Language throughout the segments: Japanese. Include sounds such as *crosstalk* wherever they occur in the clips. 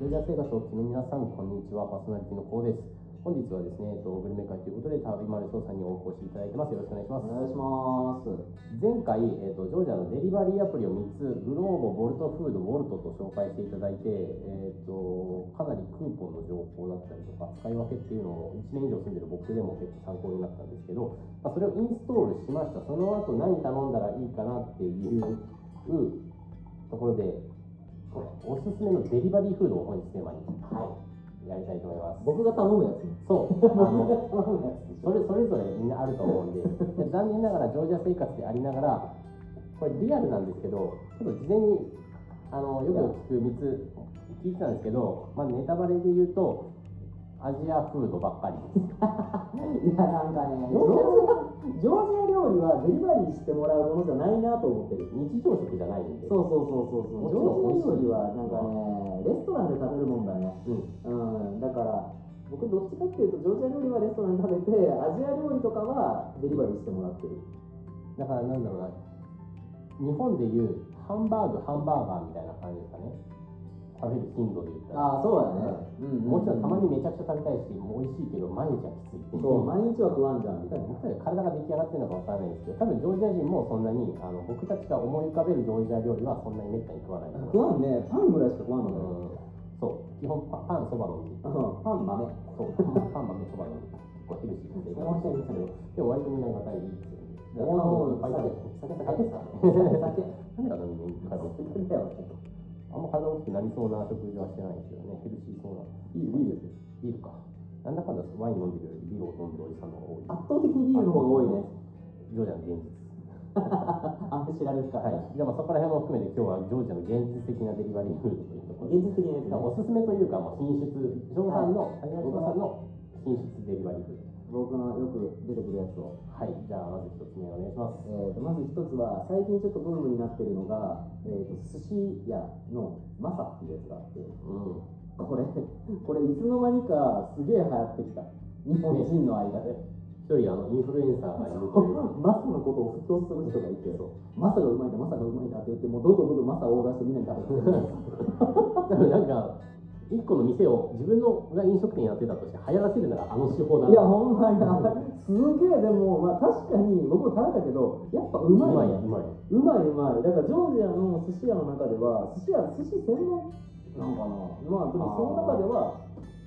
レジャー生活をお聞きの皆さん、こんにちは。パーソナリティのこうです。本日はですね、えっと、グルメ会ということで、旅丸翔さんにお越しいただいてます。よろしくお願おいします。願いします。前回、えっと、ジョージアのデリバリーアプリを3つ、グローボ、ボルトフード、ボルトと紹介していただいて、えっと、かなりクーポンの情報だったりとか、使い分けっていうのを1年以上住んでる僕でも結構参考になったんですけど、まあ、それをインストールしました。その後何頼んだらいいかなっていうところで、おすすめのデリバリーフードを本日テーマにはい。やりたいと思います。僕が頼むやつね。そう、あの、頼むやつでしそれそれぞれみんなあると思うんで、で残念ながらジョージア生活でありながら、これリアルなんですけど、ちょっと事前にあのよく聞く3つ聞いてたんですけど、まあ、ネタバレで言うと、アジアフードばっかりです。ょ。いや、なんかね、ジョージアジョージア料理はデリバリーしてもらうものじゃないなと思ってる日常食じゃないんで、そうそうそうそもうそうちろん美味しいジョージア料理はなんかねレストランで食べるもんだねうんうんだから僕どっちかっていうとジョージア料理はレストランで食べてアジア料理とかはデリバリーしてもらってるだからなんだろうな、日本でいうハンバーグ、ハンバーガーみたいな感じですかね、食べる頻度で言ったら。ああそうだね、うんもちろんたまににめちゃくちゃ食べたいし、もう美味しいけど、毎日はきついっていそう毎日は食わんじゃんみたいな僕たち体が出来上がってるのかわからないんですけど多分ジョージア人もそんなにあの僕たちが思い浮かべるジョージア料理はそんなにめったに食わないと食思うわんねパンぐらいしか食わんのねうんそう基本パパンそばのみうんパン豆そうパンパン豆そばのみこうヘルシーな生活してるんですけどでも割とみんなが大いいですよねおパンもいっおぱい食べて酒酒酒酒なんであんなみんな体大きく酒だよあんま体大きくなりそうな食事はしてないんですよねヘルシーそうないいビールビールかなんだかんだワイン飲んでるよりビールを飲んでるおじさんの方が多い圧倒的にビールの方が多いねジョージアの現実あんま知られるかはい、じゃあまあそこら辺も含めて今日はジョージアの現実的なデリバリーフードというところで現実的なやつねおすすめというか、まあ、品質、ジョーさんの、萩原ジョーさんの品質デリバリーフード。僕のよく出てくるやつを、はい、じゃあまず一つ目お願いします。えー、とまず一つは最近ちょっとブームになってるのが、えー、と寿司屋のマサっていうやつがあってうん、これこれいつの間にかすげえ流行ってきた日本人の間で一人あのインフルエンサーがいるという。マサのことを沸騰する人がいてマサがうまいんだマサがうまいんだって言ってもうどんどんどんどんマサをオーダーしてみんなに食べてる多分なんか、一個の店を自分のが飲食店やってたとして、流行らせるならあの手法だいやな。ほんまになすげえでもまあ確かに僕も食べたけどやっぱううままい、いねうまい。うまいうまいだからジョージアの寿司屋の中では寿司屋寿司専門なのかなまあでもその中では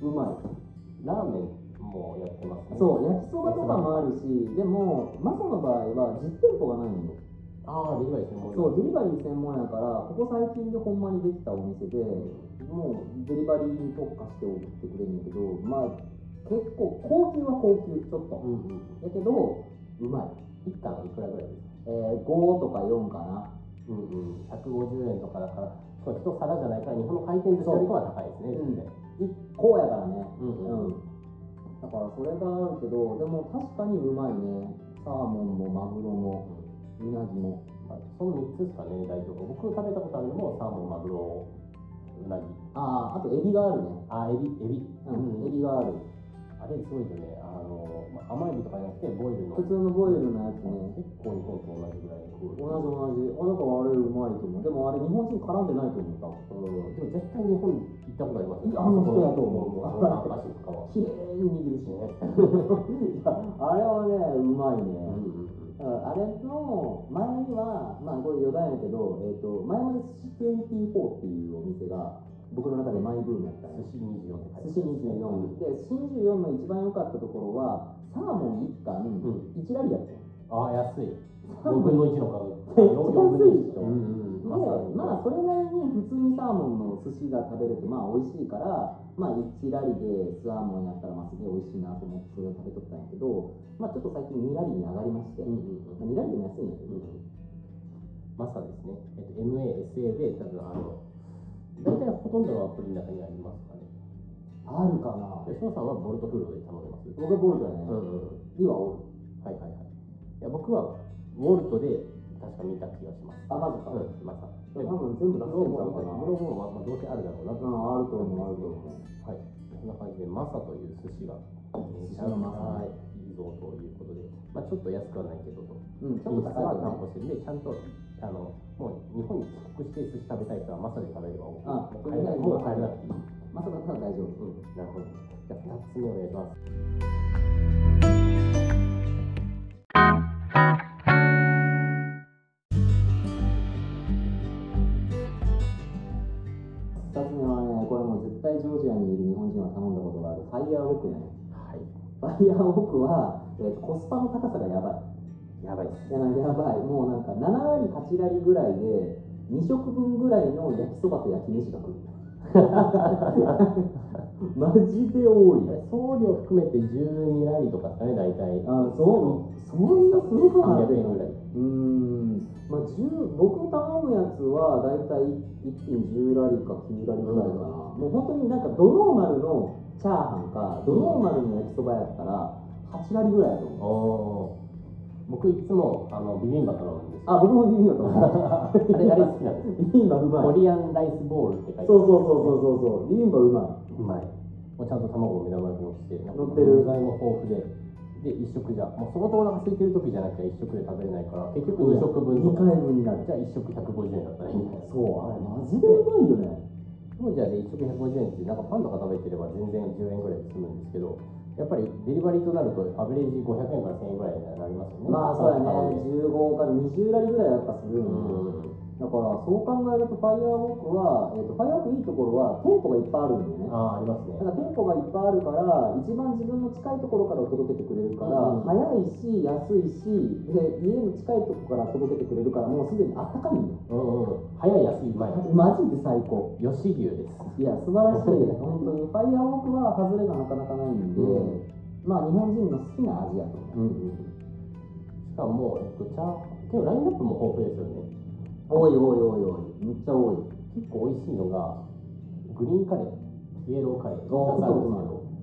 うまいラーメンもやってますね。う。そう焼きそばとかもあるしでもマサの場合は実店舗がないのよああ、デリバリー専門そうデリバリー専門やからここ最近でほんまにできたお店でもうデリバリーに特化して送ってくれるんだけどまあ結構高級は高級ちょっとうんうん。やけどうまい一貫いくらぐらいですかえー、5とか4かなうんうん。150円とかだから、これ一皿じゃないから、日本の回転寿司よりかは高いですね、全然。そう1個やからねうんうんうん、だからそれがあるけどでも確かにうまいねサーモンもマグロもうなぎもその3つですかね、代表が。僕食べたことあるのも、サーモン、マグロ、うなぎ。あああとエビがあるねあ、エビ、エビ。うん、エビがあるあれ、すごいですよね。あの、まあ、甘エビとかじゃなくて、ボイルの。普通のボイルのやつね結構日本と同じぐらいのクオリテ同じ同じあだからあれうまいと思うでもあれ日本人絡んでないと思ったわ *laughs* ィうん。でも絶対日本行ったことありますいやあの人やと思うもう、あの足とかは。 *laughs* 綺麗に握るしねいやあれはねうまいうね、んうんうん。あれの前には、まあ、これ余談やけど、えー、と前まで寿司24っていうお店が僕の中でマイブームやったんよ寿司24って書いてある寿司24で寿司24の一番良かったところはサーモン1貫うん。 1ラリやったんよあ、安い。サー4モン分での1の価格。めっちゃ4分の1安いでしょうんうんうん。まさに。まあそれなりに普通にサーモンの寿司が食べれてまあ美味しいからまあ1ラリでサーモンやったらまあすげえ美味しいなと思ってそれを食べとったんやけどまあちょっと最近2ラリに上がりまして、うんうんうん。 2ラリでも安いんやけど、マサですね、えっと、MASA で多分あの大体ほとんどのアプリの中にありますかねあるかな吉野さんはボルトフードで頼んでます僕はボールだよね、うんうんリはおる。はいはいはいいや僕はウォルトで確か見た気がしますあ、マジか。うんマサ多でも分全部グ出ローボーしてんちゃうかルな。グローボールはまあどうせあるだろうなとうん、あると思う、あると思う。はいこんな感じでマサという寿司が寿司のマサはいいいぞということで、まあ、ちょっと安くはないけどとうん、ちちょょっっとと高高いいよ担ね。保してるんで、ちゃんと、あの、もう日本に帰国して寿司食べたい人はマサで食べれば OK。あ帰れないもう帰らなくていい。まあ、それだったら大丈夫。うん、なるほど。じゃあ、2つ目お願いします。二つ目はね、これもう絶対ジョージアにいる日本人は頼んだことがある、ファイヤーウォークやね。はい。ファイヤーウォークは、えーとコスパの高さがやばい。やばいです。やばい、やばい。もうなんか7割、8割ぐらいで、2食分ぐらいの焼きそばと焼き飯が来る。 *laughs* マジで多い。送料含めて12ラリとかですかね、大体。あそう、そんなすごくなって300る円ぐらい。うーん、まあ、10僕頼むやつは大体1品10ラリか9ラリぐらいかな、もう本当になんかドノーマルのチャーハンかドノーマルの焼きそばやったら8ラリぐらいだと思う、おー僕いつもあのビビンバ頼むんですよ。あ僕もビビンバと *laughs* 思うあれあれ好きなんです。ビビンバうまコいリアンライスボールって書いてあそうるそうそうそうそうそうビビンバうまうまい。もうちゃんと卵を目玉焼きにして、乗ってる具材も豊富で、で、一食じゃ、もう相当お腹空いてる時じゃなきゃ一食で食べれないから、結局二食い分2とか、回分になるじゃあ一食150円だったらいいんじゃないですか。そうあれマジでうまいよね当時はね、一食150円って、なんかパンとか食べてれば全然10円ぐらいで済むんですけど、やっぱりデリバリーとなると、アベレージ500円から1000円ぐらいになりますよね。まあそうやね頼んで15から20ラリぐらいやっぱするうんねだからそう考えるとファイヤーウォークは、えー、とファイヤーウォークいいところは店舗がいっぱいあるんだよねああ、ありますね。だから店舗がいっぱいあるから一番自分の近いところから届けてくれるから、うんうん早いし安いしで家の近いところから届けてくれるからもうすでにあったかいんようんうん。早い、安い、うまい。マジで最高吉牛です。いや素晴 *laughs* らしい本当にファイヤーウォークは外れがなかなかないんで、うまあ日本人の好きな味やと思うんううん。しかも、えっと、チャー結構ラインナップも豊富ですよね。多い多い多い多いめっちゃ多い結構美味しいのがグリーンカレーイエローカレー2あつあるん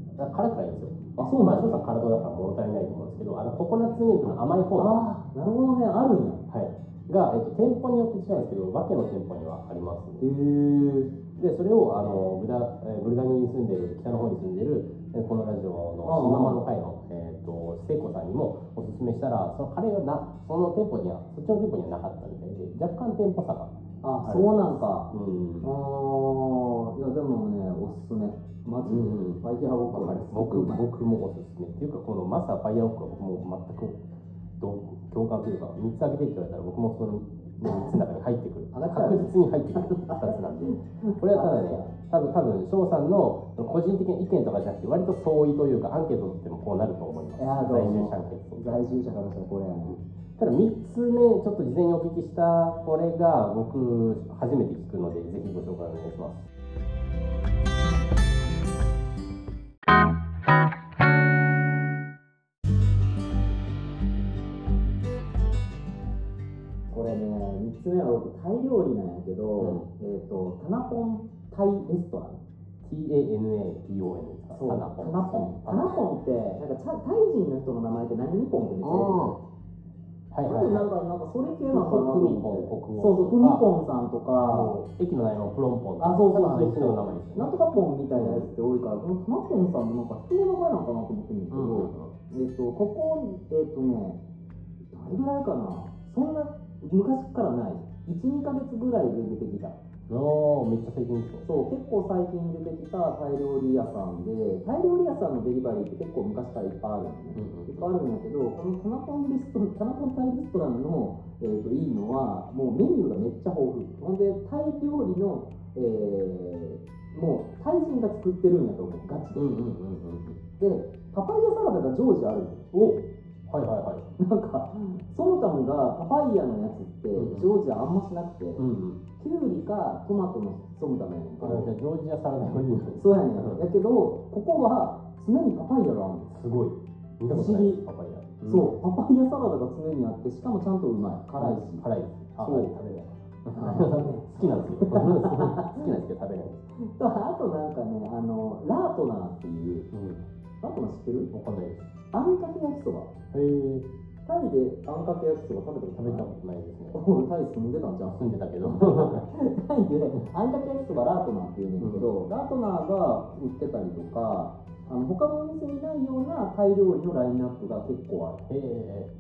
ですけどだから辛くないんですよあそうまあ翔さん体だから物足りないと思うんですけどあのココナッツミルクの甘い方のああなるほどねあるんやはいが、えっと、店舗によって違うんですけどバケの店舗にはありますへえでそれをあのブダ、えーブルダニに住んでる北の方に住んでるえーこのラジオの「ああシママの会の」えー、と聖子さんにもおすすめしたらそのカレーはなその店舗にはそっちの店舗にはなかったみたいで若干店舗差があそうなんかうんあーいやでもねおすすめマジで、うんうんファイヤーウォークわかはるすごく僕うまい僕もおすすめっていうかこのマサファイヤーウォークは僕も全く同共感というか3つあげてって言われたら僕もその3つの中に入ってくる上がっちゃう確実に入ってくる2つなんでこれはただね多分多分翔さんの個人的な意見とかじゃなくて割と相違というかアンケートとってもこうなると思いますいやーど在う住も者アンケート在住者からしたらこれやねただ3つ目ちょっと事前にお聞きしたこれが僕初めて聞くのでぜひご紹介お願いしますこれね3つ目は僕タイ料理なんやけど、えっ、とタナポンタイレストラン TANAPON ですかタナポンタナポンってなんかタタイ人の人の名前って何ニポンってめっちゃ多いはいはい多分はないんかなんかそれ系なのかなクとミポン思って国王そうそうクミポンさんとあかの駅の名前もプロンポンあそうそうそ多う分の駅の名前ですなんとかポンみたいなやつって多いからこのタナポンさんもなんか人の名前なのかなと思ってるんだけど、えっと、ここ、えっとね、どれぐらいかな、そんな昔からない、1、2ヶ月ぐらいで出てきた、おーめっちゃ最近ですねそう、結構最近出てきたタイ料理屋さんで、タイ料理屋さんのデリバリーって結構昔からいっぱいあるのね。いっぱいあるんだけど、このタナポンレストタナポンタイレストランの、えっといいのは、もうメニューがめっちゃ豊富。ほんで、タイ料理の、えーもうタイ人が作ってるんやと思う、ガチうんで。うんうんうんうんで、パパイヤサラダが常時あるのおはいはいはいなんかソロタムがパパイヤのやつってうんジョージアあんましなくて、うんうんキュウリかトマトのソムタムやねんけあのじゃあジど、ョージアサラダよりもそうやねうんんやけどここは常にパパイヤがあるの、すごい見たことないですパパイヤそうパパイヤサラダが常にあってしかもちゃんとうまいうん辛い *laughs* し、辛いですあそう食べれない好きなんですよ好きなんですけど食べれないですとあとなんかねあのラートナーっていううんラートナー知ってるわかんないですあんかけ焼きそばへえタイであんかけ焼きそば食べたこ食とべたないことないですねおうタイ *laughs* 住んでたんじゃん住んでたけどタイであんかけ焼きそばラートナーっていうんだけど、ラートナーが売ってたりとかあの他のお店にないようなタイ料理のラインナップが結構あるへえ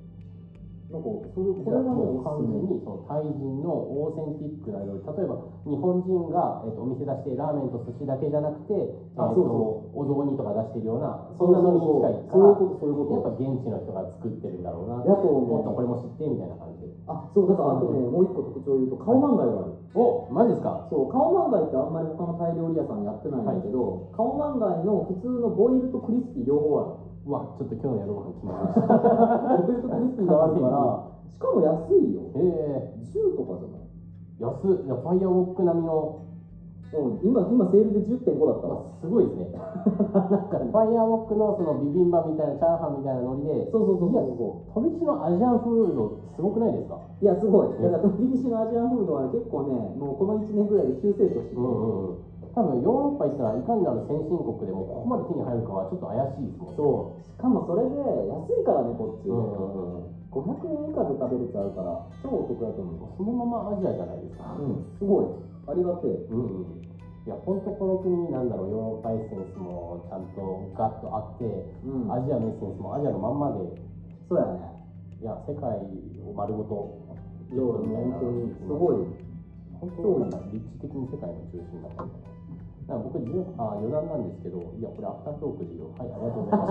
なんかそれここれれははもうもう完完全に全にそのタイ人のオーセンティックな料理例えば日本人が、えっとお店出してラーメンと寿司だけじゃなくて、えっとあそうそお雑煮とか出してるようなそんなノリに近いかそういうらことそういうやっぱこ現地の人が作ってるんだろうなとやともっと思うこれも知ってみたいな感じであそうだからあとねもう一個特徴言うと顔漫画があるおマジですかそう顔漫画ってあんまり他のタイ料理屋さんやってないんだけど、顔漫画の普通のボイルとクリスピー両方うわちょっと今日の夜ご飯決まりましたあ *laughs* るボイルとクリスピーがあるからしかも安いよええ10とかじゃない安っいやファイアウォーク並みの、うん今今セールで10.5だったわまあ、すごいですね *laughs* なんかファイアウォークのそのビビンバみたいなチャーハンみたいなノリでそうそうそうそう飛そび地のアジアンフードすごくないですかういやすごいだからドビニッシュのアジアンフードはね結構ねもうこの1年ぐらいで急成長してうんうんうん多分ヨーロッパ行ったらいかになる先進国でもここまで手に入るかはちょっと怪しいですもんそうしかもそれで安いからねこっち、うんうんうん500円以下で食べれちゃうから超お得だと思いますそのままアジアじゃないですかうんすごいありがてえうんうんいや本当この国なんだろうヨーロッパエッセンスもちゃんとガッとあってうんアジアのエッセンスもアジアのまんまでそうやねいや世界を丸ごと料理本当にす *laughs* ごい本当になんか立地的に世界の中心だからなんか僕自分あ余談なんですけどいやこれアフタートークでいいよはいありがとうございま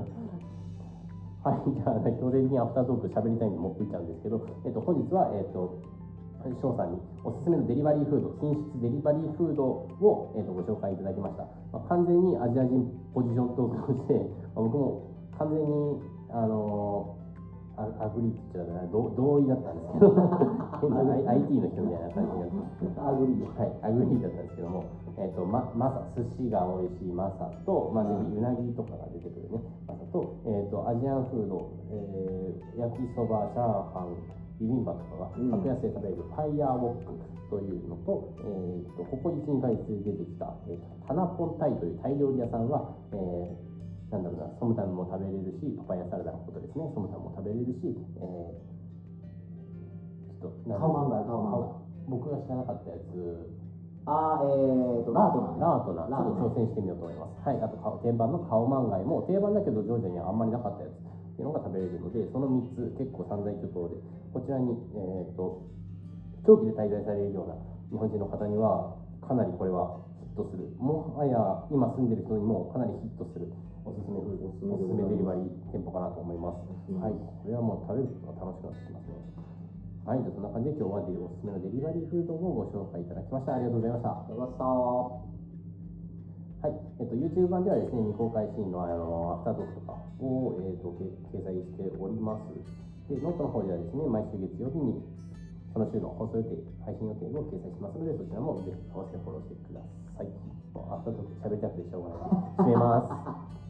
したはいじゃあ基本的にアフタートーク喋りたいんで持っていっちゃうんですけど、えっと、本日はえっと翔さんにおすすめのデリバリーフード、品質デリバリーフードを、えー、とご紹介いただきました、まあ、完全にアジア人ポジショントークとして、 *laughs* まあ僕も完全に、あのーアアグリって言っちゃダメだな同同意だったんですけど *laughs* 変な I- IT の人みたいな感じになってアグリはい、アグリーだったんですけども、えっとま、マサ寿司が美味しいマサと、まあ、ゼリーうなぎとかが出てくるねマサと,、えっとアジアンフード、えー焼きそばチャーハンビビンバとかがうん格安で食べれるファイヤーウォックというのと,、えっとここ12ヶ月で出てきた、えーとタナポンタイというタイ料理屋さんは、えーなんだろうなソムタンも食べれるしパパイヤサラダのことですねソムタンも食べれるし、えーちょっとなんだ顔漫画顔漫画僕が知らなかったやつあーえーとラートナーねラートな、ちラょートっナと挑戦してみようと思います。はい、あと顔定番の顔漫画も定番だけど徐々にはあんまりなかったやつっていうのが食べれるので、その3つ結構三大巨頭で、こちらに、えー、と長期で滞在されるような日本人の方にはかなりこれはヒットする。もはや今住んでる人にもかなりヒットするおすすめフード、おすすおすめすめデでリごバリー店舗かなと思います。うんはい、これはもう食べることが楽しくなってきますね。はい、じゃあそんな感じで今日はデリおすすめのデリバリーフードをご紹介いただきました。ありがとうございました。ありがとうごはい、えっと、YouTube 版ではですね、未公開シーンのあのアフタートークとかを、えっとけ掲載しております。で、ノートの方ではですね、毎週月曜日にその週の放送予定、配信予定を掲載しますので、そちらもぜひ合わせてフォローしてください。もうアフタートーク喋りたくてしょうがないので、閉めます。